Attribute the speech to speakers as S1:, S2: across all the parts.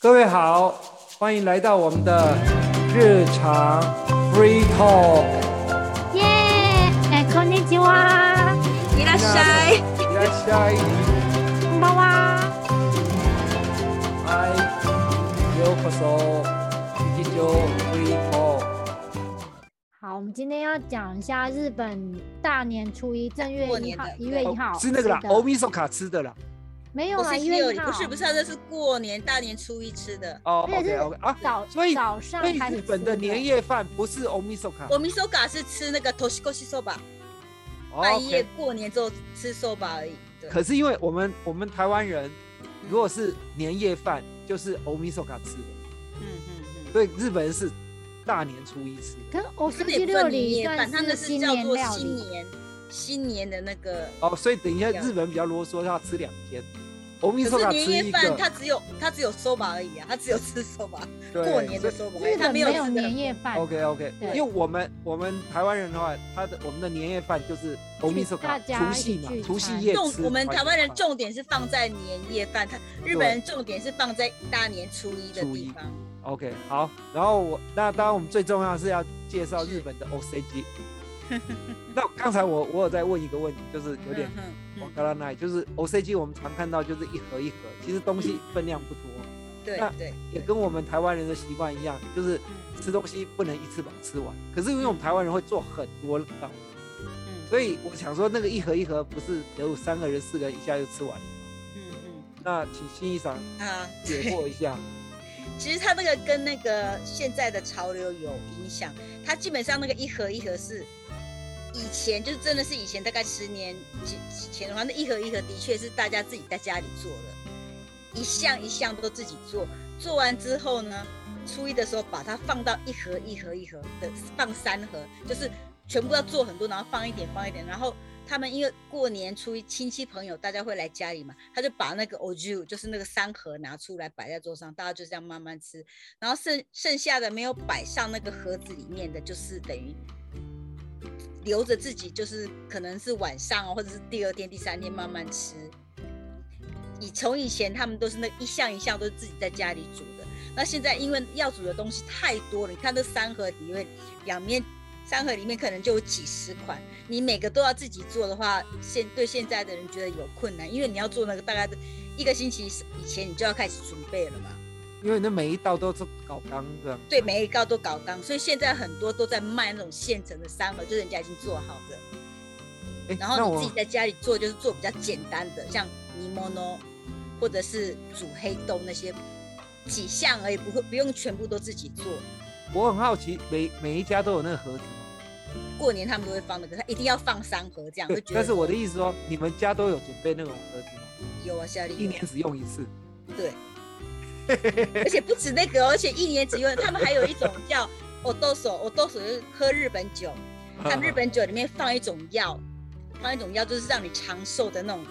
S1: 各位好，欢迎来到我们的日常 free talk。
S2: 耶，哎，こんにちは，
S3: 伊拉塞，
S1: いらっしゃい。
S2: こんばんは。
S1: 嗨，ようこそ。日常 free talk。
S2: 好，我们今天要讲一下日本大年初一，正月
S3: 过
S2: 一
S3: 年
S2: 号
S3: 的，
S2: 一
S3: 对
S2: 月一号
S1: 哦吃那个啦，
S2: 的
S1: 欧米索卡吃的啦。
S2: 没有
S3: 不
S2: 啦，
S3: 是
S2: 一
S3: 只有啊
S2: 月一
S3: 你，
S2: 号，
S3: 不是不是，啊这是过年大年初一吃的。
S1: 哦
S2: 那个
S1: ，OK OK
S2: 是
S1: 啊，
S2: 早
S1: 所以
S2: 早上
S1: 所以
S2: 开始
S1: 日本的年
S2: 夜
S1: 夜饭不是欧米索卡
S3: 我，们寿嘎是吃那个 toshikoshi soba，
S1: 哦
S3: 半夜
S1: OK
S3: 过年之后吃 soba 而已。对，
S1: 可是因为我们我们台湾人，如果是年夜饭就是欧米索卡吃的，
S3: 嗯嗯嗯，
S1: 所以日本人是大年初一吃的。
S2: 可是我
S3: 他
S2: 星
S3: 们
S2: 期
S3: 也不
S2: 六
S3: 算年
S2: 里
S3: 夜
S2: 算
S3: 饭，他们
S2: 新
S3: 是叫
S2: 年
S3: 做
S2: 料
S3: 新
S2: 理，
S3: 年新年的那个，
S1: 哦，所以等一下
S3: 这样
S1: 日本比较啰嗦，要吃两天。欧米
S3: 可
S1: 索
S3: 是
S1: 卡
S3: 年
S1: 吃一
S3: 夜饭
S1: 个，
S3: 它只有它只有 soba 而已啊，它只有吃 soba，
S1: 对
S3: 过年的 soba，
S2: 日
S3: 它
S2: 本没
S3: 没
S2: 有
S3: 吃的
S2: 年夜饭，
S1: OK OK，
S2: 对
S1: 因为我们我们台湾人的话，他的我们的年夜饭就是欧米索卡，
S2: 大家
S1: 除夕嘛
S2: 一起聚，餐
S1: 除夕夜
S3: 重
S1: 吃。
S3: 我们台湾人重点是放在年夜饭，他日本人重点是放在大年初一的
S1: 初一
S3: 地方。
S1: OK 好，然后我那当然我们最重要是要介绍日本的 OCG。那刚才我我有在问一个问题，就是有点
S3: 嗯
S1: 我
S3: 嗯
S1: 刚刚那，就是 OCG 我们常看到就是一盒一盒，其实东西分量不多，
S3: 嗯，对
S1: 那
S3: 对，
S1: 也跟我们台湾人的习惯一样，就是
S3: 嗯
S1: 吃东西不能一次把它吃完。可是因为我们台湾人会做很多道理，
S3: 嗯
S1: 所以我想说那个一盒一盒不是只有三个人、四个人一下就吃完了。
S3: 嗯
S1: 那请新一赏
S3: 嗯啊，
S1: 解惑一下。
S3: 其实它那个跟那个现在的潮流有影响，它基本上那个一盒一盒是以前就是真的是以前大概十年几几前的话，那一盒一盒的确是大家自己在家里做的，一项一项都自己做，做完之后呢，初一的时候把它放到一盒一盒一盒的放三盒，就是全部要做很多，然后放一点放一点，然后。他们因为过年初一，亲戚朋友大家会来家里嘛，他就把那个 oju 就是那个三盒拿出来摆在桌上，大家就这样慢慢吃，然后剩剩下的没有摆上那个盒子里面的，就是等于留着自己，就是可能是晚上哦，或者是第二天、第三天慢慢吃。以从以前他们都是那一项一项都是自己在家里煮的，那现在因为要煮的东西太多了，你看这三盒里面两面三盒里面可能就有几十款，你每个都要自己做的话，现对现在的人觉得有困难，因为你要做那个大概一个星期以前你就要开始准备了嘛。
S1: 因为那每一道都是搞刚这样，
S3: 对，每一道都搞刚，所以现在很多都在卖那种现成的三盒，就是人家已经做好的，
S1: 诶
S3: 然
S1: 那
S3: 后
S1: 我
S3: 你自己在家里做，就是做比较简单的，像尼莫诺或者是煮黑豆那些几项而已，不会不用全部都自己做。
S1: 我很好奇，每每一家都有那个盒子吗？
S3: 过年他们都会放那个，他一定要放三盒这样，就
S1: 对，
S3: 觉得
S1: 但是我的意思说，你们家都有准备那种盒子吗？
S3: 有啊，夏丽
S1: 一年只用一次。
S3: 对，而且不止那个哦，而且一年只用，他们还有一种叫 o d o s o o d o s o 就是喝日本酒，他们日本酒里面放一种药，放一种药就是让你长寿的那种，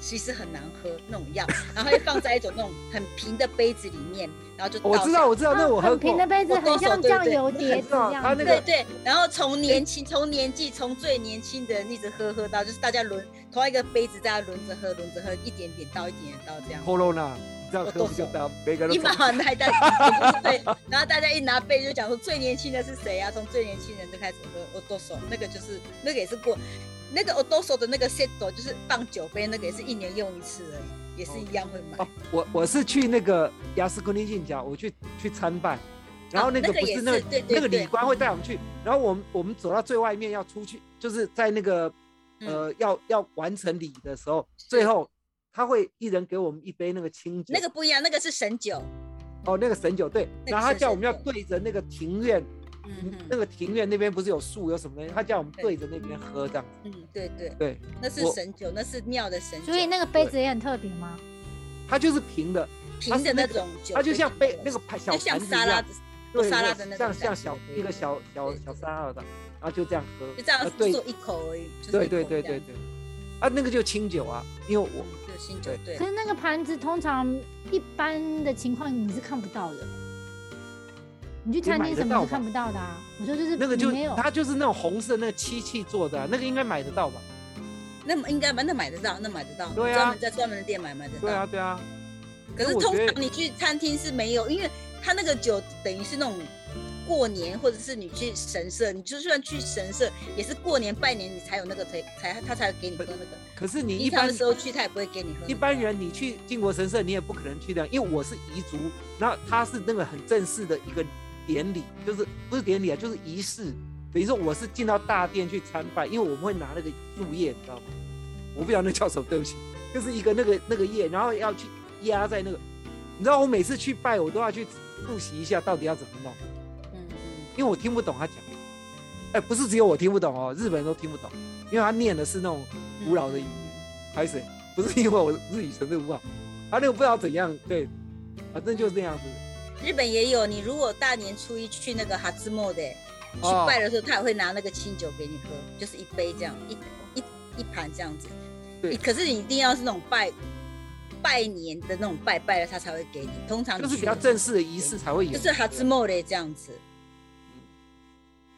S3: 其实很难喝那种药，然后会放在一种那种很平的杯子里面，然后就
S1: 哦我
S3: 倒
S1: 知
S3: 下
S1: 道，我知道，那我
S2: 啊
S1: 喝
S2: 很平
S1: 过
S2: 的。杯子，
S3: 我
S2: 很
S3: 多手
S2: 像
S3: 对
S2: 酱
S3: 对
S2: 油
S1: 我
S2: 碟
S1: 知
S2: 子
S1: 道
S2: 这样
S1: 它
S2: 子。
S1: 那
S3: 对
S1: 个
S3: 对，然后从年轻，从年纪，从最年轻的人一直喝喝到，就是大家轮同一个杯子，大家轮着喝，轮着喝，一点点倒，一点点倒这样。
S1: Corona，你这样喝不就到每个人
S3: 一
S1: 都
S3: 马
S1: 中
S3: 很大家对，然后大家一拿杯就讲说最年轻的是谁啊？从最年轻人就开始喝 odoso，那个就是那个也是过那个 odoso 的那个 set 就是放酒杯，那个也是一年用一次而已，也是一样会买。
S1: 哦，我我是去那个雅斯库尼进家，我去去参拜，然后那个
S3: 啊那个
S1: 不
S3: 也
S1: 是
S3: 是
S1: 那个、
S3: 对对
S1: 那个
S3: 对
S1: 李官会带我们去，然后我们我们走到最外面要出去，就是在那个
S3: 嗯
S1: 呃、要要完成礼的时候，最后他会一人给我们一杯那个清酒，
S3: 那个不一样，那个是神酒。
S1: 哦那个神酒对，
S3: 那个
S1: 然后他
S3: 是
S1: 叫我
S3: 神
S1: 们要
S3: 酒
S1: 对着那个庭院，
S3: 嗯
S1: 那
S3: 嗯
S1: 个庭院那边不是有树有什么东西，他叫我们对着
S3: 对
S1: 那边喝这样子，
S3: 嗯，对对，
S1: 对，
S3: 那是
S1: 我
S3: 神酒，那是庙的神酒，
S2: 所以那个杯子也很特别吗？
S1: 它就是平的，它
S3: 平
S1: 是
S3: 的
S1: 那
S3: 那
S1: 个
S3: 种酒杯，
S1: 它就像杯那
S3: 个
S1: 个盘小
S3: 就
S1: 盘
S3: 像
S1: 子一
S3: 沙拉
S1: 样
S3: 的，，
S1: 对，
S3: 沙
S1: 那
S3: 拉
S1: 个
S3: 的那种
S1: 像
S3: 感
S1: 像
S3: 觉
S1: 小
S3: 对
S1: 一个小小
S3: 对对
S1: 小
S3: 对
S1: 沙拉的，然后就这样喝，
S3: 就这样
S1: 啊对
S3: 做一口而已。就是
S1: 对
S3: 一
S1: 对
S3: 口
S1: 对
S3: 这样
S1: 对，对，啊那个就清酒啊，因为我
S3: 嗯，就新酒对
S2: 可。是那个盘子通常一般的情况你是看不到的，你去餐厅什么是看不到的啊。我说就是
S1: 那个就
S2: 没有，
S1: 它就是那种红色那个漆器做的啊，那个应该买得到吧？
S3: 那么应该买，那买得到，那买得到，
S1: 对啊
S3: 专门在专门的店买买得到。
S1: 对啊对啊，
S3: 可是
S1: 我
S3: 通
S1: 觉得
S3: 常你去餐厅是没有，因为他那个酒等于是那种过年，或者是你去神社，你就算去神社也是过年拜年你才有那个推，才他才会给你喝那个。
S1: 可是你一
S3: 平常
S1: 般
S3: 的时候去他也不会给你喝那个。
S1: 一般人你去靖国神社，你也不可能去的，因为我是彝族，那他是那个很正式的一个典礼，就是不是典礼啊，就是仪式。等于说我是进到大殿去参拜，因为我们会拿那个树叶，你知道吗？我不知道那叫什么，对不起，就是一个那个那个叶，然后要去压在那个，你知道我每次去拜，我都要去复习一下到底要怎么弄，
S3: 嗯嗯
S1: 因为我听不懂他讲。哎，不是只有我听不懂哦，日本人都听不懂，因为他念的是那种
S3: 嗯
S1: 古老的语言，拍谁？不是因为我日语程度不好，他那个不知道怎样，对，反正就是那样子。
S3: 日本也有，你如果大年初一去那个哈兹莫的、去
S1: 哦
S3: 拜的时候，他也会拿那个清酒给你喝，就是一杯这样，一一一盘这样子。
S1: 对
S3: 可是你一定要是那种拜拜年的那种拜拜了，他才会给你。通常你
S1: 就是
S3: 去
S1: 比较正式的仪式才会有，
S3: 就是哈兹莫的这样子。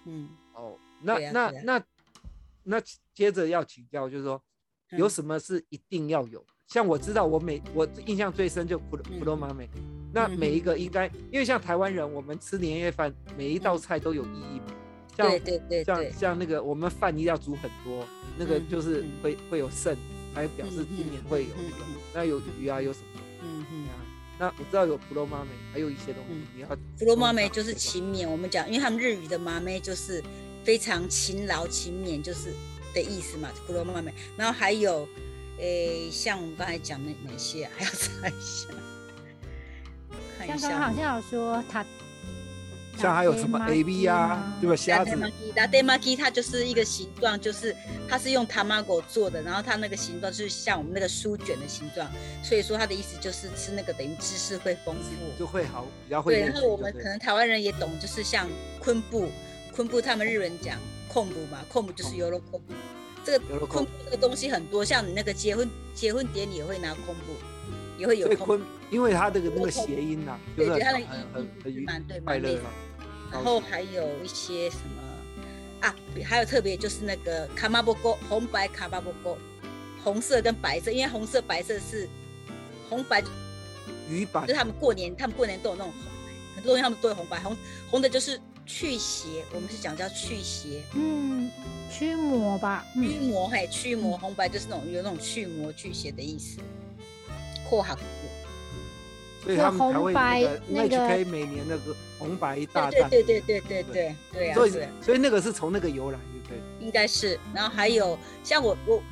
S3: 嗯，
S1: 哦。那
S3: 对啊
S1: 那
S3: 对啊
S1: 那那接着要请教，就是说有
S3: 么？
S1: 什么是一定要有？像我知道，我每我印象最深就普
S3: 嗯
S1: 普罗马美，那每一个应该，因为像台湾人，我们吃年夜饭每一道菜都有意义嘛，像
S3: 嗯对对对
S1: 像
S3: 对，
S1: 像那个我们饭一定要煮很多，那个
S3: 嗯
S1: 就是
S3: 嗯
S1: 会会有剩，还表示今年会有
S3: 嗯
S1: 的
S3: 嗯嗯。
S1: 那有鱼啊，有什么？
S3: 嗯嗯
S1: 啊。那我知道有普罗妈美，还有一些东西
S3: 嗯，
S1: 你要
S3: 弗罗妈妹就是勤勉，我们讲，因为他们日语的妈妹就是非常勤劳、勤勉，就是的意思嘛。弗罗妈妹，然后还有，诶、像我们刚才讲的哪些、啊，还要查一下， 看
S2: 像
S3: 一
S2: 刚刚好
S3: 下。
S2: 像有说他，
S1: 像还有什么 A B 啊，对吧？虾子
S3: maki，拉德玛基它就是一个形状，就是它是用 tamago 做的，然后它那个形状就是像我们那个书卷的形状，所以说它的意思就是吃那个等于知识会丰富。
S1: 就会好，比较会
S3: 对，
S1: 练
S3: 然
S1: 习
S3: 后我
S1: 就
S3: 们
S1: 对
S3: 可
S1: 了。
S3: 能台湾人也懂，就是像昆布，昆布他们日文讲控布嘛，控布就是 yolo 控布。这
S1: 有了
S3: 个
S1: 空
S3: 昆布，这个东西很多，像你那个结婚结婚典礼也会拿昆布，也会有
S1: 所以
S3: 昆
S1: 昆，因为它这个那个谐音呐，就
S3: 对
S1: 是
S3: 对，它的
S1: 很
S3: 意
S1: 很
S3: 义
S1: 很
S3: 是
S1: 愉
S3: 蛮对
S1: 快
S3: 蛮
S1: 乐
S3: 类似
S1: 嘛。
S3: 然后还有一些什么啊，还有特别就是那个卡巴波沟，红白卡巴波沟，红色跟白色，因为红色白色是红白
S1: 鱼板
S3: 就是他们过年，他们过年都有那种红白，很多东西他们都有红白，红红的就是去邪，我们是讲叫去邪，
S2: 嗯，驱魔吧，
S3: 驱
S2: 嗯，
S3: 魔嘿，驱魔红白就是那种有那种去魔去邪的意思。括号
S1: 所以他们才会
S2: 就红白
S1: 那
S2: 那
S1: 个
S2: 个
S1: NHK 每年那个红白大
S3: 对
S1: 战，
S3: 对对对对对对啊，
S1: 所
S3: 对啊
S1: 以所以那个是从那个由来，对不对？
S3: 应该是。然后还有像我我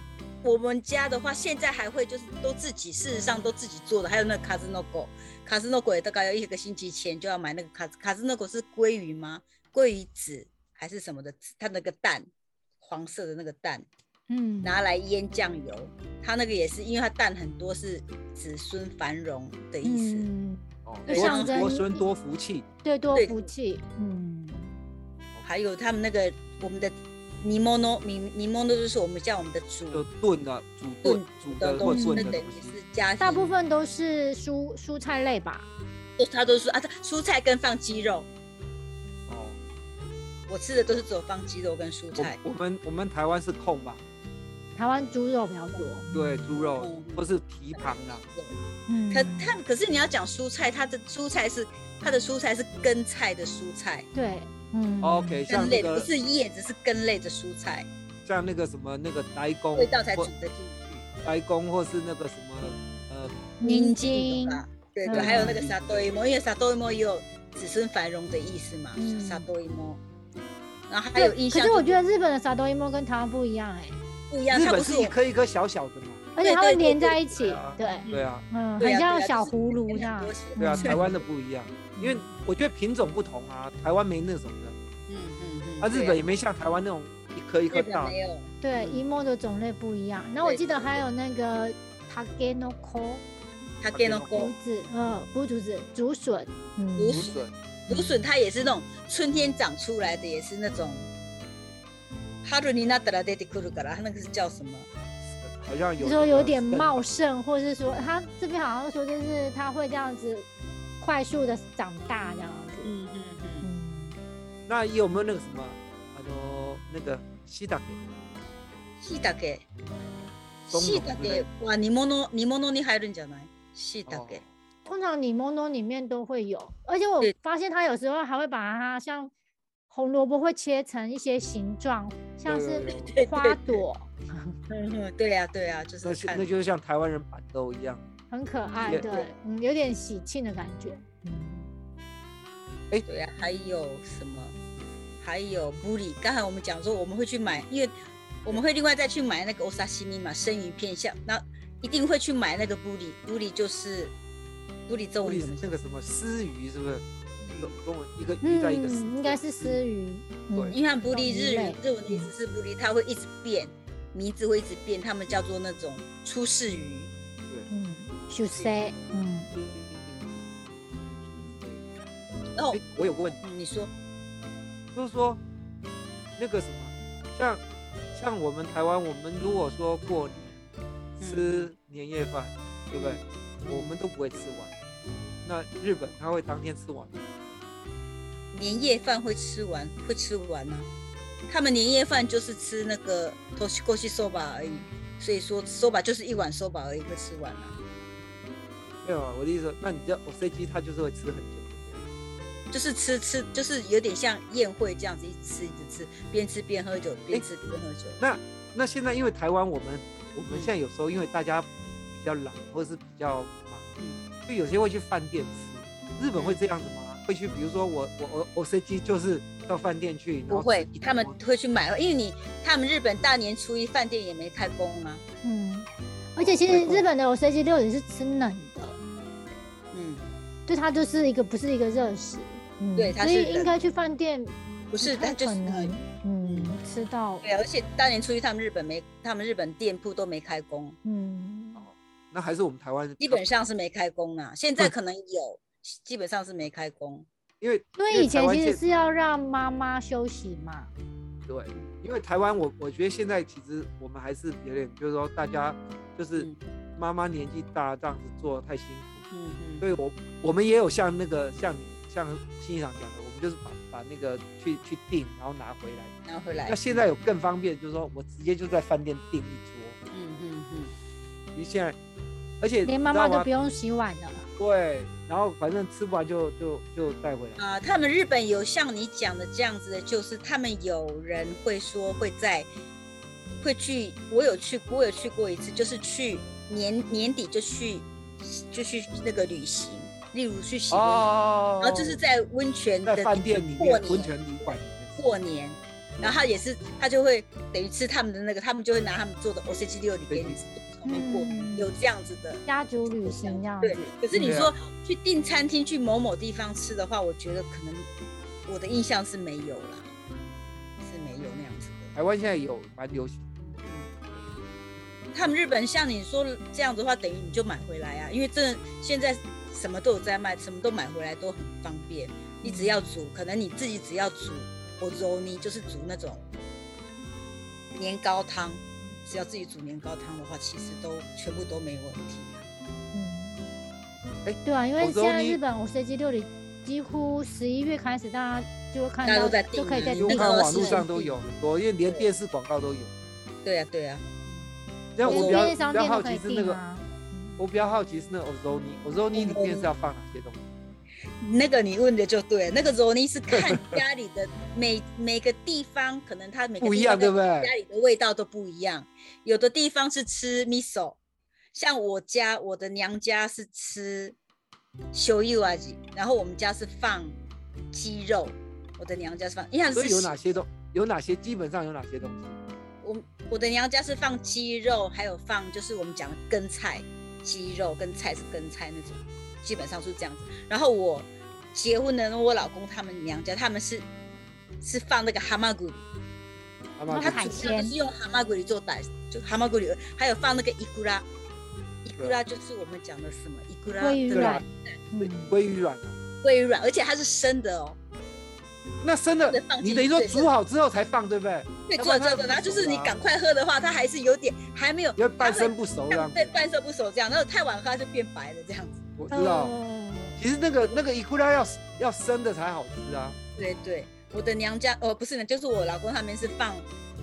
S3: 我们家的话，现在还会就是都自己，事实上都自己做的。还有那个卡斯诺狗，卡斯诺狗也大概要一个星期前就要买那个卡卡斯诺狗是鲑鱼吗？鲑鱼籽还是什么的籽？它那个蛋，黄色的那个蛋，
S2: 嗯，
S3: 拿来腌酱油。它那个也是，因为它蛋很多，是子孙繁荣的意思。
S2: 嗯，
S1: 哦，
S3: 就
S1: 多
S3: 象
S1: 子
S3: 征
S1: 多孙多福气，
S2: 对，多
S3: 对
S2: 福气，嗯，
S3: 还有他们那个我们的尼莫诺尼尼莫诺，就是我们叫我们的主
S1: 就炖的煮炖煮的
S3: 嗯的
S1: 或
S3: 东西，
S1: 炖
S3: 那
S1: 的
S3: 等
S1: 东
S3: 于
S1: 西
S3: 是。家庭
S2: 大部分都是蔬蔬菜类吧，
S3: 都他都说啊，蔬菜跟放鸡肉，
S1: 哦，
S3: 我吃的都是只有放鸡肉跟蔬菜。
S1: 我我们我们台湾是控吧？
S2: 台湾猪肉比较多，
S1: 对，猪肉
S3: 嗯
S1: 或是蹄膀啦，
S2: 嗯，
S3: 可他可是你要讲蔬菜，它的蔬菜是它的蔬菜是根菜的蔬菜，
S2: 对，嗯
S1: OK，像
S3: 根
S1: 那
S3: 类
S1: 个
S3: 不是叶子，是根类的蔬菜，
S1: 像那个什么那个呆公
S3: 味道才煮
S1: 或
S3: 得进去。
S1: 呆公或是那个什么呃
S2: 宁静
S3: 的，吧，对
S2: 嗯
S3: 对，还有那个沙多伊莫，因为沙多伊莫也有子孙繁荣的意思嘛，
S2: 嗯
S3: 沙多伊莫。然后还
S2: 对
S3: 有印
S2: 可
S3: 象，
S2: 是我觉得日本的撒豆一摸跟台湾不一样哎、
S3: 不一样，
S1: 日
S3: 它
S1: 本
S3: 不是
S1: 是一颗一颗小小的嘛，
S2: 而且它
S3: 对
S2: 会
S3: 对
S2: 连
S3: 对
S2: 在一起，
S1: 对
S2: 对，
S1: 对啊，
S2: 嗯，
S3: 对
S2: 很
S3: 啊
S2: 像
S3: 对啊
S2: 小
S3: 就是
S2: 葫芦
S3: 很
S2: 这样
S3: 多，形
S1: 对啊，
S2: 嗯
S1: 台湾的不一样，因为我觉得品种不同啊，台湾没那种的，
S3: 嗯嗯嗯，
S1: 啊，日
S3: 对
S1: 本也没像台湾那种一颗一颗
S3: 日本
S1: 大
S3: 没，有，
S2: 对，一摸的种类不一样。然后我
S3: 对
S2: 记得
S3: 对
S2: 还
S3: 对
S2: 有那个 tagenoko
S3: 它给了
S1: 哦
S2: 竹子，呃，不是竹子，竹笋，嗯，
S3: 竹
S1: 芦笋
S3: 芦笋它也是那种春天长出来的，也是那种。哈鲁尼纳德拉德迪库鲁格拉，它那个是叫什么？
S1: 好像有
S2: 就说有点
S1: 那个
S2: 茂盛，或者是说它这边好像说就是它会这样子快速的长大这样子，
S3: 嗯嗯嗯，
S2: 嗯，
S1: 那有没有那个什么，あの那个西达给
S3: 西达给，
S1: 冬
S3: 西
S1: 虫
S3: 达
S1: 之类
S3: 给，哇，尼莫诺尼莫诺に入るんじゃない？西达给，
S2: 通常你 mono 里面都会有，而且我
S3: 对
S2: 发现它有时候还会把它像红萝卜会切成一些形状，像是
S1: 对
S3: 对
S2: 花
S3: 对
S2: 朵，
S3: 嗯哼，对呀、对呀、就
S1: 那
S3: 是
S1: 是
S3: 看
S1: 那就是像台湾人板豆一样。
S2: 很可爱，
S1: 也
S2: 对，嗯，有点喜庆的感觉。
S3: 对呀、还有什么？还有布里，刚才我们讲说我们会去买，因为我们会另外再去买那个欧沙西米嘛，生鱼片像，那一定会去买那个布里，布里就是布里中
S1: 物
S3: 文
S1: 理
S3: 怎么
S1: 那
S3: 讲？
S1: 个什么丝鱼是不是？中中文一个鱼在一个丝，
S2: 嗯，应该是丝鱼，
S1: 对
S2: 嗯，
S3: 因为它布利
S2: 种
S3: 日
S2: 鱼
S3: 语
S2: 类
S3: 日文的意思是布利，它会一直变，名字会一直变，他们叫做那种出世鱼。
S2: 嗯，就塞，嗯，
S3: 然后
S1: 哎，我有个问题，
S3: 嗯你说，
S1: 就是说那个什么，像像我们台湾，我们如果说过年吃年夜饭，对不对？
S3: 嗯
S1: 我们都不会吃完。那日本他会当天吃完吗，
S3: 年夜饭会吃完，会吃完啊。他们年夜饭就是吃那个 t o s h i k o s h soba 而已，所以说 soba 就是一碗 soba 而已，会吃完啊。
S1: 没有啊？我的意思说，那你叫 o C G 他就是会吃很久。
S3: 就是吃吃，就是有点像宴会这样子，一直吃一直吃，边吃边喝酒，边吃边喝酒。
S1: 那那现在因为台湾我们我们
S3: 嗯
S1: 现在有时候因为大家比较懒或者是比较忙，就有些会去饭店吃。日本会这样子吗？会去，比如说我我我我 C G 就是到饭店去，然后
S3: 不会
S1: 吃一，
S3: 他们
S1: 桌
S3: 会去买，因为你他们日本大年初一饭店也没开工啊。
S2: 嗯，而且其实日本的我 C G 六也是吃冷的，
S3: 嗯，
S2: 对，它就是一个不是一个热食，嗯，
S3: 对它
S2: 所
S3: 是
S2: 以应
S3: 冷
S2: 该去饭店
S1: 哦
S3: 不是，
S2: 太
S3: 他就是呃
S2: 可能，嗯，吃到，
S3: 对啊，而且大年初一他们日本没，他们日本店铺都没开工，
S2: 嗯，
S1: 那还是我们台湾
S3: 基本上是没开工啦。现在可能有，基本上是没开工。
S1: 因为
S2: 因为以前其实是要让妈妈休息嘛，
S1: 对，因为台湾我我觉得现在其实我们还是有点，就是说大家就是
S3: 嗯
S1: 妈妈年纪大这样子做太辛苦，
S3: 嗯嗯，
S1: 所以我我们也有像那个像像新长讲的，我们就是把把那个去去订，然后拿回来。
S3: 然后回来
S1: 那。现在有更方便，就是说我直接就在饭店订一桌。
S3: 嗯嗯嗯，
S1: 因为现在，而且
S2: 连妈妈都不
S1: 要
S2: 用洗碗了，
S1: 对，然后反正吃不完就就就带回来。哦
S3: 啊、他们日本有像你讲的这样子的，就是他们有人会说会在，会去，我有去，我有去过一次，就是去年年底就去就去那个旅行，例如去洗温泉，
S1: 哦
S3: 然后就是在温泉的
S1: 在饭店里
S3: 过
S1: 面
S3: 年
S1: 温泉旅馆里面吃。
S3: 过年，然后他也是他就会等于吃他们的那个，他们就会拿他们做的 O C G 六里给你吃从面过，
S2: 嗯
S3: 有这样子的。
S2: 家族旅行这样
S3: 对
S2: 子，，
S3: 可是你
S1: 对啊
S3: 说去订餐厅去某某地方吃的话，我觉得可能我的印象是没有啦，是没有那样子的。
S1: 台湾现在有蛮流行，
S3: 嗯他们日本像你说这样子的话，等于你就买回来啊，因为真的现在什么都有在卖，什么都买回来都很方便。你只要煮，可能你自己只要煮，我揉泥就是煮那种年糕汤，只要自己煮年糕汤的话，其实都全部都没问题。啊
S2: 嗯，
S1: 哎
S2: 对啊，因为
S1: 欧洲
S2: 现在
S1: 你
S2: 日本我 C G 六里几乎十一月开始，大家就会看
S3: 大家
S2: 到
S3: 都在
S2: 就
S3: 订
S2: 可以
S3: 了
S2: 在
S3: 你
S1: 我
S3: 那
S2: 订
S1: 看
S3: 个
S1: 网
S3: 是
S1: 络上都有很多，因为连电视广告都有。
S3: 对啊，对啊，
S1: 但我
S2: 连
S1: 比较
S2: 便利
S1: 比
S2: 商
S1: 较
S2: 店都
S1: 好
S2: 可以
S1: 奇是那
S2: 订
S1: 个，
S2: 啊。
S1: 我比较好奇是那个
S3: 嗯
S1: ozoni，ozoni 里面是要放哪些东西？
S3: 那个你问的就对了，那个揉泥是看家里 的每每个地方，可能它每个
S1: 不一
S3: 地方
S1: 样对不
S3: 在
S1: 对
S3: 家里的味道都不一样，有的地方是吃 miso，像我家我的娘家是吃修油啊鸡，然后我们家是放鸡肉，我的娘家是放，因为它
S1: 所
S3: 是
S1: 以有哪些东，有哪些基本上有哪些东西？
S3: 我我的娘家是放鸡肉，还有放就是我们讲的根菜，鸡肉跟菜是根菜那种，基本上是这样子。然后我结婚的我老公他们娘家他们是是放那个蛤蟆骨，
S1: 阿妈
S2: 那
S3: 他
S2: 海
S3: 主
S2: 鲜
S3: 要就是用蛤蟆骨里做代，就蛤蟆骨里，还有放那个伊古拉，伊古拉就是我们讲的什么伊古拉
S2: 鲑鱼
S1: 对
S2: 卵
S1: 啊，
S2: 嗯，
S1: 鲑鱼软啊
S3: 鲑鱼卵，而且它是生的哦，
S1: 那生的
S3: 不能放进
S1: 你
S3: 去
S1: 等于说
S3: 对
S1: 煮好之后才放，对不对？
S3: 对，
S1: 要不
S3: 做
S1: 然它
S3: 这个，然后就是你
S1: 熟啊
S3: 赶快喝的话，它还是有点还没有，
S1: 因为半生不熟这样子
S3: 对，半生不熟这样，然后太晚喝它就变白了这样子。
S1: 我知道。
S2: 哦
S1: 其实那个那个伊库拉要要生的才好吃啊，
S3: 对对，我的娘家呃不是呢，就是我老公他们是放，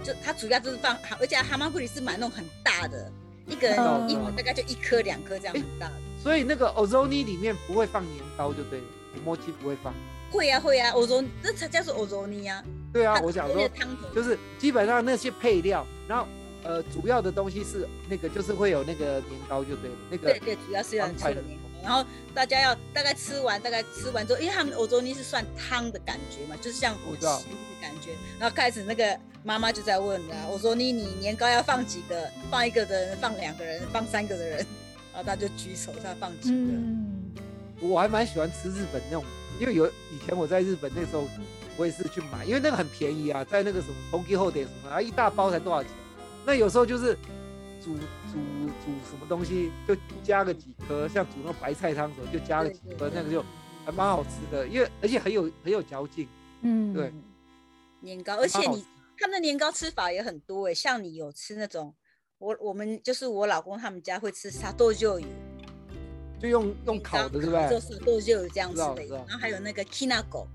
S3: 就他主要就是放，蛤，而且蛤蟆锅里是买那种很大的，一个人
S1: 嗯
S2: 哦
S3: 一大概就一颗两颗这样很大的。
S1: 所以那个 ozoni 里面不会放年糕就对了，磨叽不会放。
S3: 会呀、啊、会呀、啊，欧洲这才叫做欧洲尼呀。
S1: 对啊
S3: 它，
S1: 我想
S3: 那
S1: 说
S3: 个汤头
S1: 就是基本上那些配料，然后呃主要的东西是那个就是会有那个年糕就对了，那个
S3: 对对，主要是要
S1: 方
S3: 吃
S1: 块
S3: 了
S1: 的
S3: 年糕，然后大家要大概吃完，大概吃完之后，因为他们欧洲尼是算汤的感觉嘛，就是像
S1: 我
S3: 稀
S1: 知道
S3: 的感觉。然后开始那个妈妈就在问了、欧洲尼你年糕要放几个？放一个的人，放两个人，放三个的人，然后大家就举手，他放几个？
S2: 嗯，
S1: 我还蛮喜欢吃日本那种，因为有以前我在日本那时候，我也是去买，因为那个很便宜啊，在那个什么 Tokyo 后点什么，啊一大包才多少钱？那有时候就是煮煮煮什么东西，就加个几颗，像煮那个白菜汤什么，就加个几
S3: 对对
S1: 颗，
S3: 对
S1: 那个就还蛮好吃的，因为而且很有很有嚼劲。
S2: 嗯，
S1: 对，
S3: 年糕，而且
S1: 蛮好
S3: 你他们的年糕吃法也很多诶，像你有吃那种，我我们就是我老公他们家会吃沙豆就油，
S1: 就用用烤的，对不
S3: 就
S1: 对？
S3: 沙豆就油这样
S1: 知
S3: 吃
S1: 道
S3: 的，
S1: 知道嗯
S3: 然后还有那个 kina 狗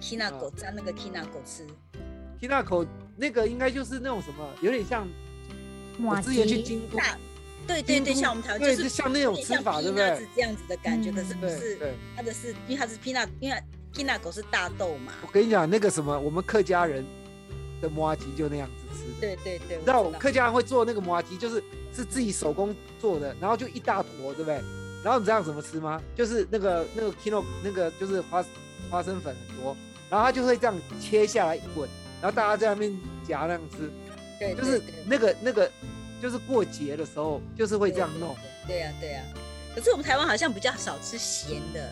S3: ，kina 狗蘸那个 kina 狗吃，
S1: 听那口那个应该就是那种什么，有点像我
S2: 哇
S1: 之前去
S2: 嗯吉
S1: 京都，
S3: 大，对对对，
S1: 京都
S3: 像我们台湾
S1: 对，
S3: 是
S1: 像那种吃法，对
S3: 有
S1: 不
S3: 点像
S1: 对
S3: peanuts？这样子的感觉，
S2: 嗯
S3: 可是不
S1: 对
S3: 是
S1: 对，
S3: 它的是因为它是 peanut，因为 kina 狗是大豆嘛，
S1: 我跟你讲，那个什么，我们客家人的麻阿吉就那样子吃的。
S3: 对对对，
S1: 你知
S3: 我
S1: 道客家人会做那个麻阿吉，就是是自己手工做的，然后就一大坨，对不对？然后你知道怎么吃吗？就是那个那个 kino 那个就是花花生粉很多，然后它就会这样切下来一滚，然后大家在那边夹那样吃，
S3: 对，对
S1: 就是
S3: 对
S1: 那个那个就是过节的时候就是会这样弄。
S3: 对呀对呀，可是我们台湾好像比较少吃咸的，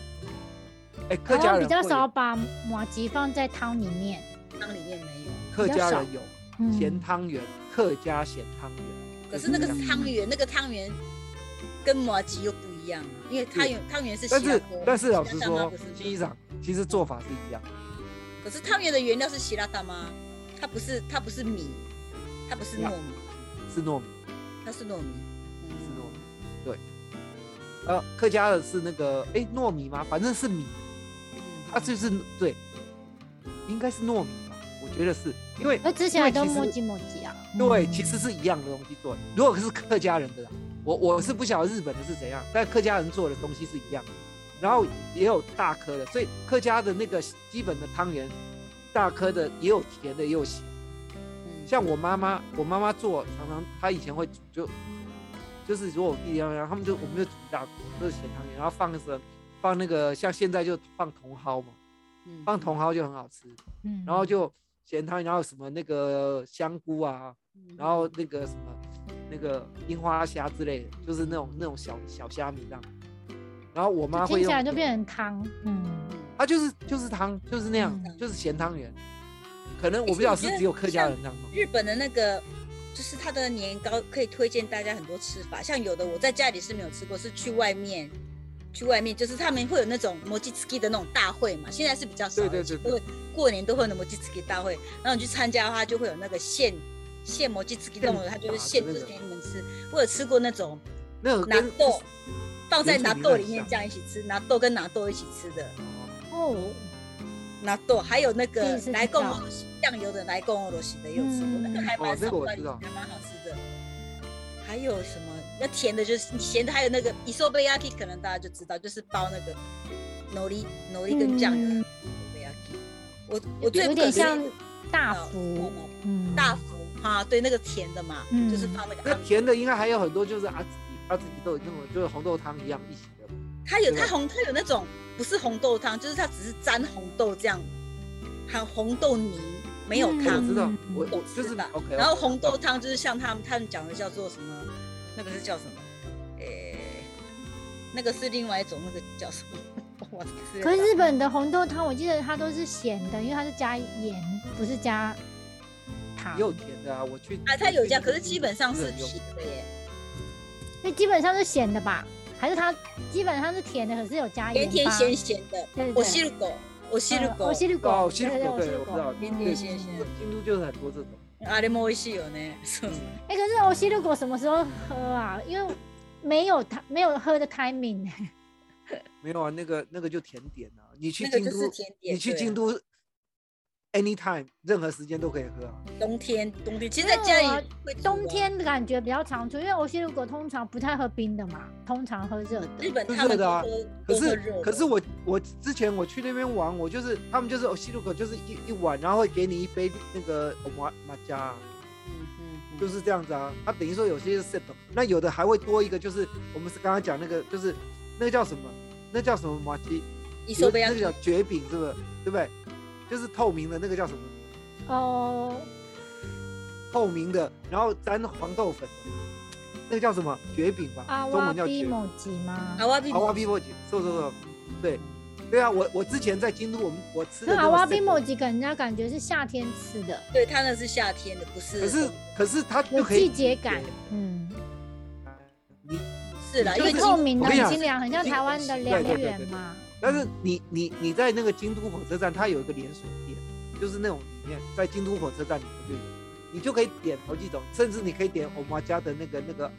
S1: 哎，
S2: 台
S1: 客家
S3: 哦
S2: 湾
S1: 人
S2: 比较
S1: 会
S2: 少把马吉放在汤里面，
S3: 汤里面没有。
S1: 客
S2: 比较
S1: 家
S2: 少
S1: 人有
S2: 嗯
S1: 咸汤圆，客家咸汤圆。
S3: 可是那个
S1: 就这
S3: 是
S1: 样
S3: 汤圆，那个汤圆跟麻吉又不一样，啊因为汤圆汤圆是
S1: 但
S3: 西拉
S1: 是
S3: 汤，
S1: 但是老实
S3: 西拉汤
S1: 说
S3: 不是，
S1: 西长其实做法是一样的。
S3: 可是汤圆的原料是希拉大妈，它不是它不是米，它不是糯米，
S1: 是糯米，
S3: 它是糯米，
S1: 是
S3: 嗯，
S1: 糯米，对。呃，客家的是那个哎糯米吗？反正是米，
S3: 嗯
S1: 它就是对，应该是糯米吧，我觉得是因为
S2: 那吃起来都
S1: 因
S2: 磨
S1: 为
S2: 叽磨叽啊。
S1: 对，
S2: 嗯
S1: 其实是一样的东西做的。如果是客家人的啦，我我是不晓得日本的是怎样，但客家人做的东西是一样的，然后也有大颗的，所以客家的那个基本的汤圆，大颗的也有甜的，也有咸的。
S3: 嗯
S1: 像我妈妈，我妈妈做常常她以前会煮，就就是如果我弟弟要然后他们就我们就煮一大锅就是咸汤圆，然后放什么放那个像现在就放茼蒿嘛，
S3: 嗯
S1: 放茼蒿就很好吃，
S2: 嗯
S1: 然后就咸汤圆，然后什么那个香菇啊，
S3: 嗯
S1: 然后那个什么那个樱花虾之类的，就是那种那种小小虾米这样。然后我妈会
S2: 听起来
S1: 用，
S2: 就变成汤，嗯，
S1: 啊，就是就是汤，就是那样，
S2: 嗯
S1: 就是咸汤圆。可能我
S3: 哎其
S1: 不
S3: 实
S1: 晓
S3: 我
S1: 得
S3: 觉
S1: 是
S3: 得
S1: 只有客家
S3: 像
S1: 人这样弄。
S3: 日本的那个。就是它的年糕可以推荐大家很多吃法，像有的我在家里是没有吃过，是去外面，去外面就是他们会有那种摩吉斯基的那种大会嘛，现在是比较少了，
S1: 对对对对
S3: 都会过年都会有那摩吉斯基大会，然后你去参加的话就会有那个现现摩吉斯基那种，它就是现
S1: 现啊
S3: 制
S1: 打的那
S3: 给
S1: 个
S3: 你们吃。我有吃过那种
S1: 那
S2: 呃
S1: 个
S3: 纳
S1: 跟
S3: 豆，放在纳豆里面
S1: 原住民很像
S3: 这样一起吃，纳豆跟纳豆一起吃的
S2: 哦，
S3: 纳豆，还有那
S2: 第一
S3: 个
S2: 次知道
S3: 莱贡欧罗西酱油的莱贡欧罗西的也有吃过，
S2: 嗯
S3: 那个还蛮
S1: 哦这个
S3: 少
S1: 我
S3: 的，
S1: 知道
S3: 还蛮好吃的。还有什么？那甜的就是咸的，还有那个伊索贝亚 k 可能大家就知道，就是包那个努力努力跟酱油的
S2: 嗯
S3: isobayaki 我我最
S2: 有
S3: 不
S2: 点
S3: 可思议的
S2: 像
S3: 是
S2: 大
S3: 那
S2: 福
S3: 种，
S2: 嗯，
S3: 大福哈，对，那个甜的嘛，
S2: 嗯
S3: 就是放那个
S1: 那
S3: 阿米
S1: 甜的应该还有很多，就是阿紫阿紫豆那种，就是红豆汤一样一起的。
S3: 它有
S1: 对
S3: 它红，它有那种不是红豆汤，就是它只是沾红豆这样，含红豆泥，没有
S1: 我
S3: 汤。
S1: 知道
S2: 嗯，
S1: 我我
S3: 懂
S1: 就
S3: 吃
S1: 是
S3: 吧
S1: OK。
S3: 然后红豆汤就是像他们他们讲的叫做什么，那个是叫什么？诶、那个是另外一种，那个叫什么？ 我吃了
S2: 可是日本的红豆汤，我记得它都是咸的，因为它是加盐，不是加糖
S1: 也，有甜的啊，我去
S3: 啊，它有加，可是基本上是
S1: 有
S3: 甜的耶，
S2: 那基本上是咸的吧？还是它基本上是甜的，可是有加盐
S3: 甜
S2: 巴？
S3: 甜咸咸的。
S2: 对，对对，
S3: 我吸入狗，我吸入
S2: 嗯
S3: 狗
S2: 我，西鲁狗，
S1: 哦哦，西
S2: 对
S1: 鲁
S2: 对
S1: 果对，
S2: 我
S1: 我知道，
S2: 嗯
S3: 甜
S1: 对
S3: 甜咸咸。
S1: 京都就是很多这种。
S3: 啊，你莫会吸有呢？是不是
S2: 哎、可是我西鲁果什么时候喝啊？因为没有它没有喝的 timing，
S1: 没有啊，那个那个就甜点啊，你去
S3: 那个
S1: 京
S3: 就是
S1: 都，
S3: 甜点。
S1: 你去
S3: 对啊
S1: 京都 anytime 任何时间都可以喝啊。
S3: 冬天，冬天，其实在家
S2: 没有啊
S3: 里会煮啊
S2: 冬天的感觉比较常出，因为欧西路狗通常不太喝冰的嘛，通常喝热
S3: 日
S2: 的。
S3: 本
S1: 是
S3: 他们
S1: 热的啊
S3: 都
S1: 可
S3: 喝都喝
S1: 是
S3: 热的
S1: 可是我我之前我去那边玩，我就是他们就是哦西路口就是一一碗，然后会给你一杯那个马马加，
S3: 嗯嗯嗯
S1: 就是这样子啊。它等于说有些是 set，那有的还会多一个，就是我们是刚刚讲那个，就是那个叫什么？那叫什么马吉？
S3: 一手杯啊
S1: 那个叫绝饼，是不是？对不对？就是透明的那个叫什么？
S2: 哦，
S1: 透明的，然后沾黄豆粉的，那个叫什么绝饼啊吧？
S2: 阿
S1: 中
S2: 啊瓦
S1: 文叫
S2: 比
S1: 绝。
S2: 某吉吗？
S3: 阿瓦比
S1: 阿瓦比莫吉，错错错，对，对啊，我我之前在京都，我们我吃的
S2: 那阿瓦比
S1: 莫
S2: 某，吉给人家感觉是夏天吃的，
S3: 对，它那是夏天的，不是
S1: 可是可是它就
S2: 有
S1: 可以
S2: 季节感。嗯，
S1: 你，
S3: 是啦，因
S1: 就是
S3: 为
S2: 很
S3: 京
S2: 透明
S1: 我
S2: 啊的
S1: 跟你讲
S2: 很清凉，很像台湾的
S1: 对
S2: 凉
S1: 对对对
S2: 园
S1: 对
S2: 嘛。
S1: 但是你你你在那个京都火车站，它有一个连锁店，就是那种里面在京都火车站里面就有，你就可以点好几种，甚至你可以点我妈家的那个那个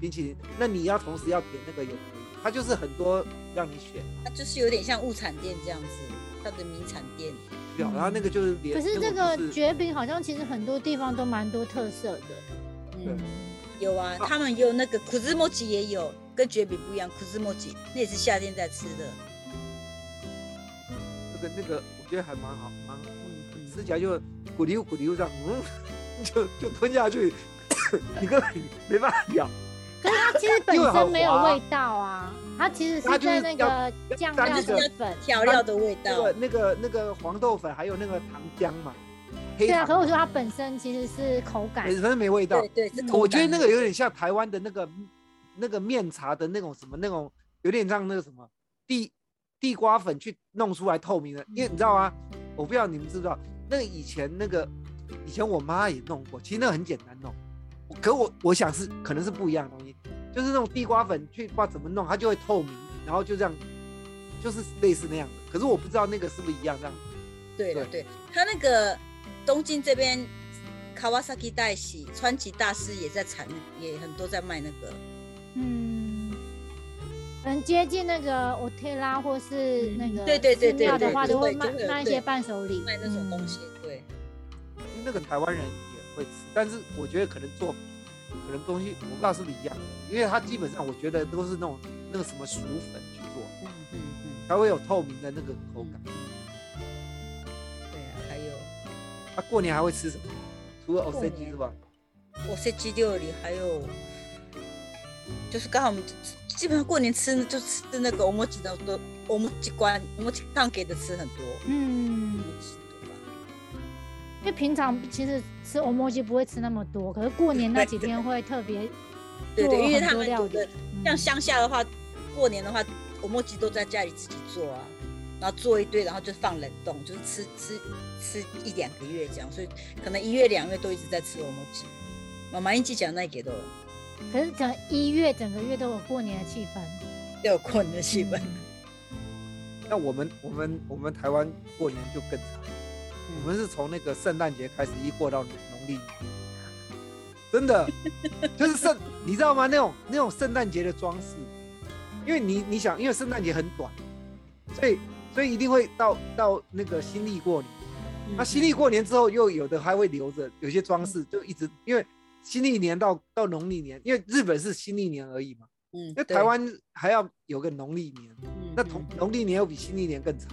S1: 冰淇淋，那你要同时要点那个也可以，它就是很多让你选，
S3: 它就是有点像物产店这样子，它的名产店。
S1: 对啊然后那个就是连，
S2: 可是
S1: 那
S2: 这个
S1: 就
S2: 绝饼好像其实很多地方都蛮多特色的。
S3: 嗯，有啊，他们有那个苦芝莫吉也有，跟绝饼不一样，苦芝莫吉那也是夏天在吃的。
S1: 那个那个，我觉得还蛮好，蛮好
S3: 嗯嗯
S1: 吃起来就咕溜咕溜这样，嗯，就就吞下去，你根本没办法咬，
S2: 可是它其实本
S1: 因为很
S2: 身没有
S1: 滑
S2: 味道啊，它其实
S1: 它
S2: 是
S1: 就是
S2: 在那个
S1: 要
S2: 酱
S1: 沾
S2: 料
S1: 这个
S2: 的粉。
S3: 调料的味
S1: 那
S3: 道，
S1: 个那个那个黄豆粉还有那个糖浆嘛，黑
S2: 对啊，
S1: 糖，
S2: 可是我说它本身其实是口感
S1: 本身没味道
S3: 对。对，是口
S1: 嗯我觉得
S3: 感
S1: 那个有点像台湾的那个那个面茶的那种什么那种，有点像那个什么地地瓜粉去弄出来透明的，因为你知道吗？我不知道你们知不知道，那个以前那个以前我妈也弄过，其实那个很简单弄，可我我想是可能是不一样的东西，就是那种地瓜粉去不知道怎么弄，它就会透明，然后就这样，就是类似那样的。可是我不知道那个是不是一样这样。
S3: 对了，
S1: 对
S3: 对，他那个东京这边，Kawasaki 代喜、川崎大师也在产，也很多在卖那个。
S2: 嗯，很接近那个 o t e l a 或是那个
S3: 对对对
S2: 寺庙
S1: 嗯对
S2: 的话，
S1: 对
S2: 都会
S3: 对
S2: 卖
S3: 就会有
S2: 卖一
S3: 对
S2: 些伴手礼，嗯
S3: 卖那种东西，对，
S1: 因为那个台湾人也会吃，但是我觉得可能做可能东西我不知道是不是一样，因为它基本上我觉得都是那种那个什么薯粉去做，
S3: 嗯嗯嗯，
S1: 才会有透明的那个口感。
S3: 对啊，还有
S1: 啊，过年还会吃什么？除了 o C
S3: 年
S1: G 是吧？
S3: 我是鸡料理，还有就是刚好我们基本上过年吃就吃那个我们几的都我们几关我们刚给的吃很多，
S2: 嗯，因为平常其实吃 o m o 不会吃那么多，可是过年那几天会特别
S3: 对对，
S2: 做
S3: 因为
S2: 很
S3: 他
S2: 多
S3: 们
S2: 料
S3: 有的
S2: 理
S3: 像
S2: 嗯
S3: 乡下的话，过年的话，我们几都在家里自己做啊，然后做一堆，然后就放冷冻，就是吃吃吃一两个月这样，所以可能一月两月都一直在吃我们几。妈妈一起讲那给都
S2: 可是整一月整个月都有过年的气氛，
S3: 都有过年的气氛，
S1: 那我们我们我们台湾过年就更惨，我们是从那个圣诞节开始一过到农历，真的就是圣，你知道吗？那种那种圣诞节的装饰，因为你你想，因为圣诞节很短，所以所以一定会到到那个新历过年。那新历过年之后，又有的还会留着，有些装饰就一直因为新历年到到农历年，因为日本是新历年而已嘛，
S3: 嗯，
S1: 那
S3: 对
S1: 台湾还要有个农历年，
S3: 嗯
S1: 那同农历年又比新历年更长。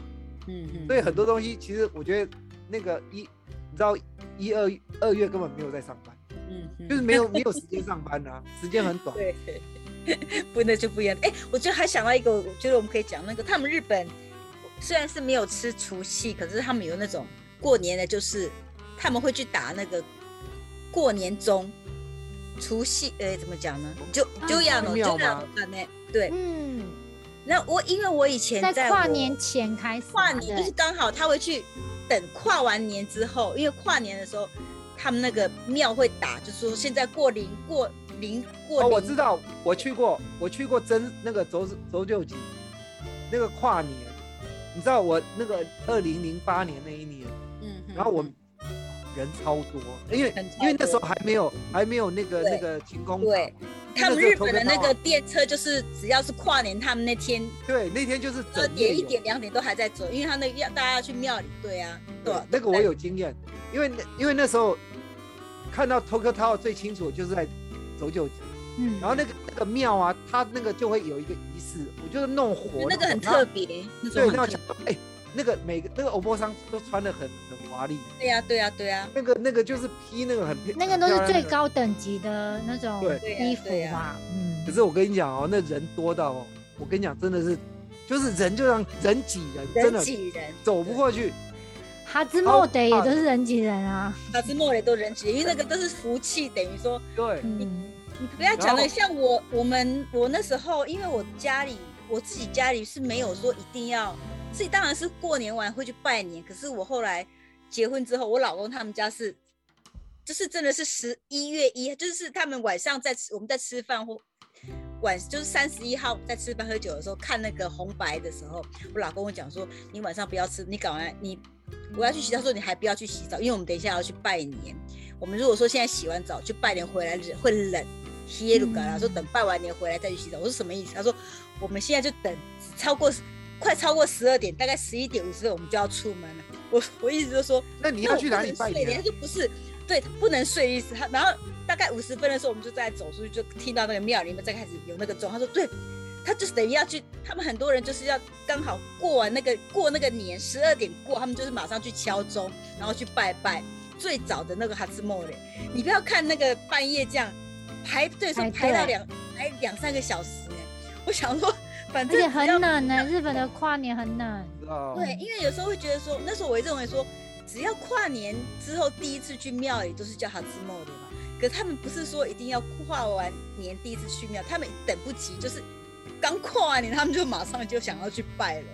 S3: 嗯嗯
S1: 所以很多东西其实我觉得那个一，你知道一二二月根本没有在上班，
S3: 嗯嗯
S1: 啊就是没有没有时间上班啊，时间很短。
S3: 对，不那就不一样。哎、我觉得还想到一个，我觉得我们可以讲那个，他们日本虽然是没有吃除夕，可是他们有那种过年的，就是他们会去打那个过年钟。除夕，呃，怎么讲呢？就
S2: 啊
S3: 就要
S1: 寺
S3: 呢，
S1: 庙
S3: 就要
S1: 吗
S3: 呢。对，
S2: 嗯，
S3: 那我因为我以前
S2: 在跨
S3: 我
S2: 年前开始嘛，
S3: 跨年就是
S2: 对
S3: 刚好他会去等跨完年之后，因为跨年的时候他们那个庙会打，就是说现在过零过零过
S1: 哦，
S3: 零。
S1: 我知道，我去过，我去过真那个周周六集，那个跨年，你知道我那个二零零八年那一年，
S3: 嗯，嗯
S1: 然后我
S3: 嗯
S1: 人超多，因为
S3: 人超多
S1: 因为那时候还没有还没有那个
S3: 对
S1: 那个晴空塔
S3: 对
S1: 嘛，
S3: 他们
S1: 那是
S3: 日本的
S1: 投票到
S3: 那
S1: 啊
S3: 个电车，就是只要是跨年，他们那天
S1: 啊对，那天就是
S3: 二
S1: 整夜
S3: 呃点、一
S1: 有
S3: 点、两点都还在走，因为他那个要大家要去庙里，对啊，
S1: 对
S3: 对啊，
S1: 那个我有经验，因为那因为那时候看到 Tokyo Tower 最清楚就是在走九级，
S2: 嗯
S1: 然后那个那个庙啊，它那个就会有一个仪式，我觉得弄火
S3: 因为那个很
S1: 然后
S3: 特别，那
S1: 对，
S3: 种
S1: 那我
S3: 很特
S1: 想说，哎、那个每个那个欧波桑都穿的很很华丽，
S3: 对呀，啊对呀，对呀，
S1: 那个那个就是披那个很
S2: 那个都是最。高等级的那种
S1: 对
S3: 对呀
S2: 衣服
S3: 对啊呀
S2: 嘛，嗯
S1: 可，是我跟你讲哦，那人多到哦，我跟你讲真的是，就是人就让人挤人，真
S3: 人
S1: 的
S3: 挤人，
S1: 走不过去。
S2: 哈兹莫德也
S1: 好
S2: 都是人挤人啊，
S3: 塔斯莫雷都人挤人，因为那个都是福气，等于说
S1: 对，
S2: 嗯
S3: 你不要讲
S1: 然后
S3: 了，像我我们我那时候，因为我家里我自己家里是没有说一定要，自己当然是过年完会去拜年，可是我后来结婚之后，我老公他们家是，就是真的是十一月一，就是他们晚上在吃我们在吃饭或晚就是三十一号在吃饭喝酒的时候看那个红白的时候，我老公我讲说你晚上不要吃，你赶快你我要去洗澡，他说你还不要去洗澡，因为我们等一下要去拜年。我们如果说现在洗完澡去拜年回来冷会冷，耶鲁嘎啦啊说等拜完年回来再去洗澡，我说什么意思？他说我们现在就等超过快超过十二点，大概十一点五十分我们就要出门了。我我一直就说
S1: 那你
S3: 你
S1: 要去哪里拜年
S3: 他？就不是对不能睡的意思。他然后大概五十分的时候，我们就再走出去，就听到那个庙里面再开始有那个钟。他说对，他就是等于要去，他们很多人就是要刚好过完那个过那个年十二点过，他们就是马上去敲钟，然后去拜拜。最早的那个哈兹莫嘞，你不要看那个半夜这样排队的时候
S2: 排
S3: 排到
S2: 队
S3: 两排两三个小时呢、我想说，
S2: 而
S3: 反正
S2: 且
S3: 只要
S2: 很冷呢，日本的跨年很冷，
S1: 知道哦
S3: 对，因为有时候会觉得说，那时候我会认为说，只要跨年之后第一次去庙里都是叫哈兹莫的嘛。可他们不是说一定要跨完年第一次去庙，他们等不及，就是刚跨完年，他们就马上就想要去拜了，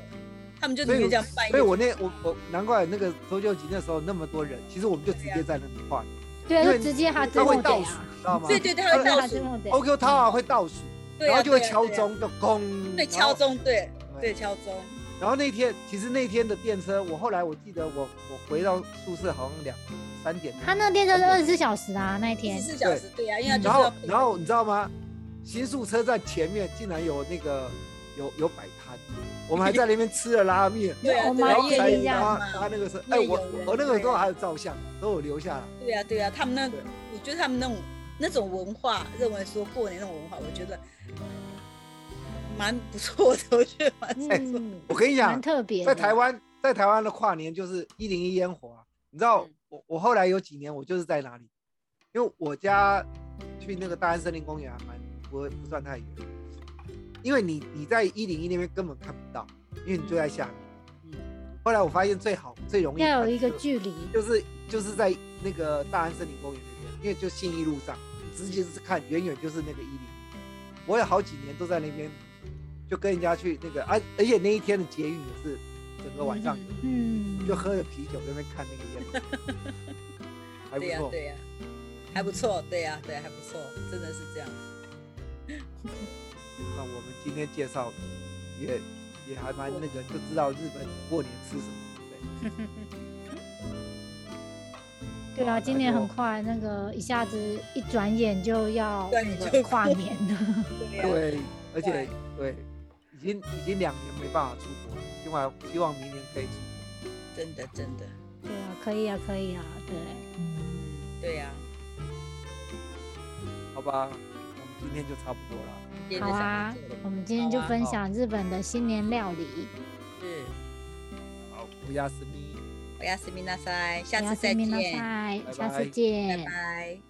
S3: 他们就
S1: 所以
S3: 宁愿这样拜一个。
S1: 所以我那我我难怪那个周秀吉那时候那么多人，其实我们就直
S3: 啊
S1: 接在那里跨，
S2: 对啊，
S1: 因为
S2: 就直接哈兹
S1: 他会
S2: 莫德
S1: 倒数
S2: 啊，，
S1: 知道吗？
S3: 对对对，他会
S1: 他
S3: 倒
S2: 哈兹
S3: 数，
S2: 莫德，
S1: ，OQ Tower 会倒数，
S3: 对
S1: 然
S3: 啊，
S1: 后就会
S3: 对啊
S1: 敲，
S3: 对啊
S1: 钟，就咣，
S3: 对，
S1: 然后
S3: 敲。钟，对
S1: 对
S3: 对，敲钟，
S1: 然后那天其实那天的电车，我后来我记得我我回到宿舍好像两三点多，
S2: 他那个电车是二十四小时啊，那一
S3: 十
S2: 天，
S3: 四小时，对啊，因为他就是
S1: 嗯然
S3: 要
S1: 后然后你知道吗？新宿车站前面竟然有那个有有摆摊，我们还在那边吃了拉面，
S3: 对啊，
S2: 我
S3: 对
S2: 妈
S3: 啊，
S1: 然
S2: 还
S1: 后
S2: 也
S1: 才
S2: 是
S3: 夜
S2: 这
S3: 夜
S2: 样
S1: 他
S3: 嘛
S1: 他那个是，哎我我那个
S3: 啊
S1: 时候还有照相，都有留下来。
S3: 对啊，对啊，他们那，我觉得他们那种那种文化，认为说过年那种文化，我觉得蛮不错的，我觉得蛮不错的。
S2: 嗯，
S1: 我跟你讲
S2: 蛮，特别的，
S1: 在台湾，在台湾的跨年就是一零一烟火、啊。你知道
S3: 嗯
S1: 我我后来有几年我就是在哪里，因为我家去那个大安森林公园还蛮不不算太远，因为你你在一零一那边根本看不到，因为你就在下面。后来我发现最好最容易
S2: 嗯要有
S1: 看
S2: 一个
S1: 就
S2: 距离，
S1: 就是就是在那个大安森林公园那边，因为就信义路上，直接是看远远就是那个一零。我有好几年都在那边，就跟人家去那个，而、啊而且那一天的捷运也是整个晚上，
S2: 嗯，
S1: 就喝着啤酒在那边看那个烟火， 还不
S3: 对呀
S1: 错。，
S3: 对呀，还不错，对呀，对，还不错，真的是这样。
S1: 那我们今天介绍也也还蛮那个，就知道日本过年吃什么。对
S2: 对啊，今年很快，那个一下子一转眼就要
S3: 对
S2: 那
S3: 就
S2: 个跨年了，
S3: 对呀，
S1: 对，而且对，已经已经两年没办法出国了，希望希望明年可以出国。
S3: 真的真的，
S2: 对啊，可以啊，可以啊，对，嗯
S3: 嗯，对呀，
S1: 好吧，我们今天就差不多了。
S3: 今天
S2: 好
S3: 就想
S2: 啊
S3: 到这里
S2: 我们今天就
S3: 好啊
S2: 分
S1: 好
S2: 享日本的新年料理，
S3: 是，
S1: 好，乌鸦思密。
S3: 我要斯米纳塞，下次
S2: おや
S3: 再
S2: すみな
S3: 见，
S2: さい
S1: 拜
S2: 下
S1: 拜
S2: 次见，
S3: 拜。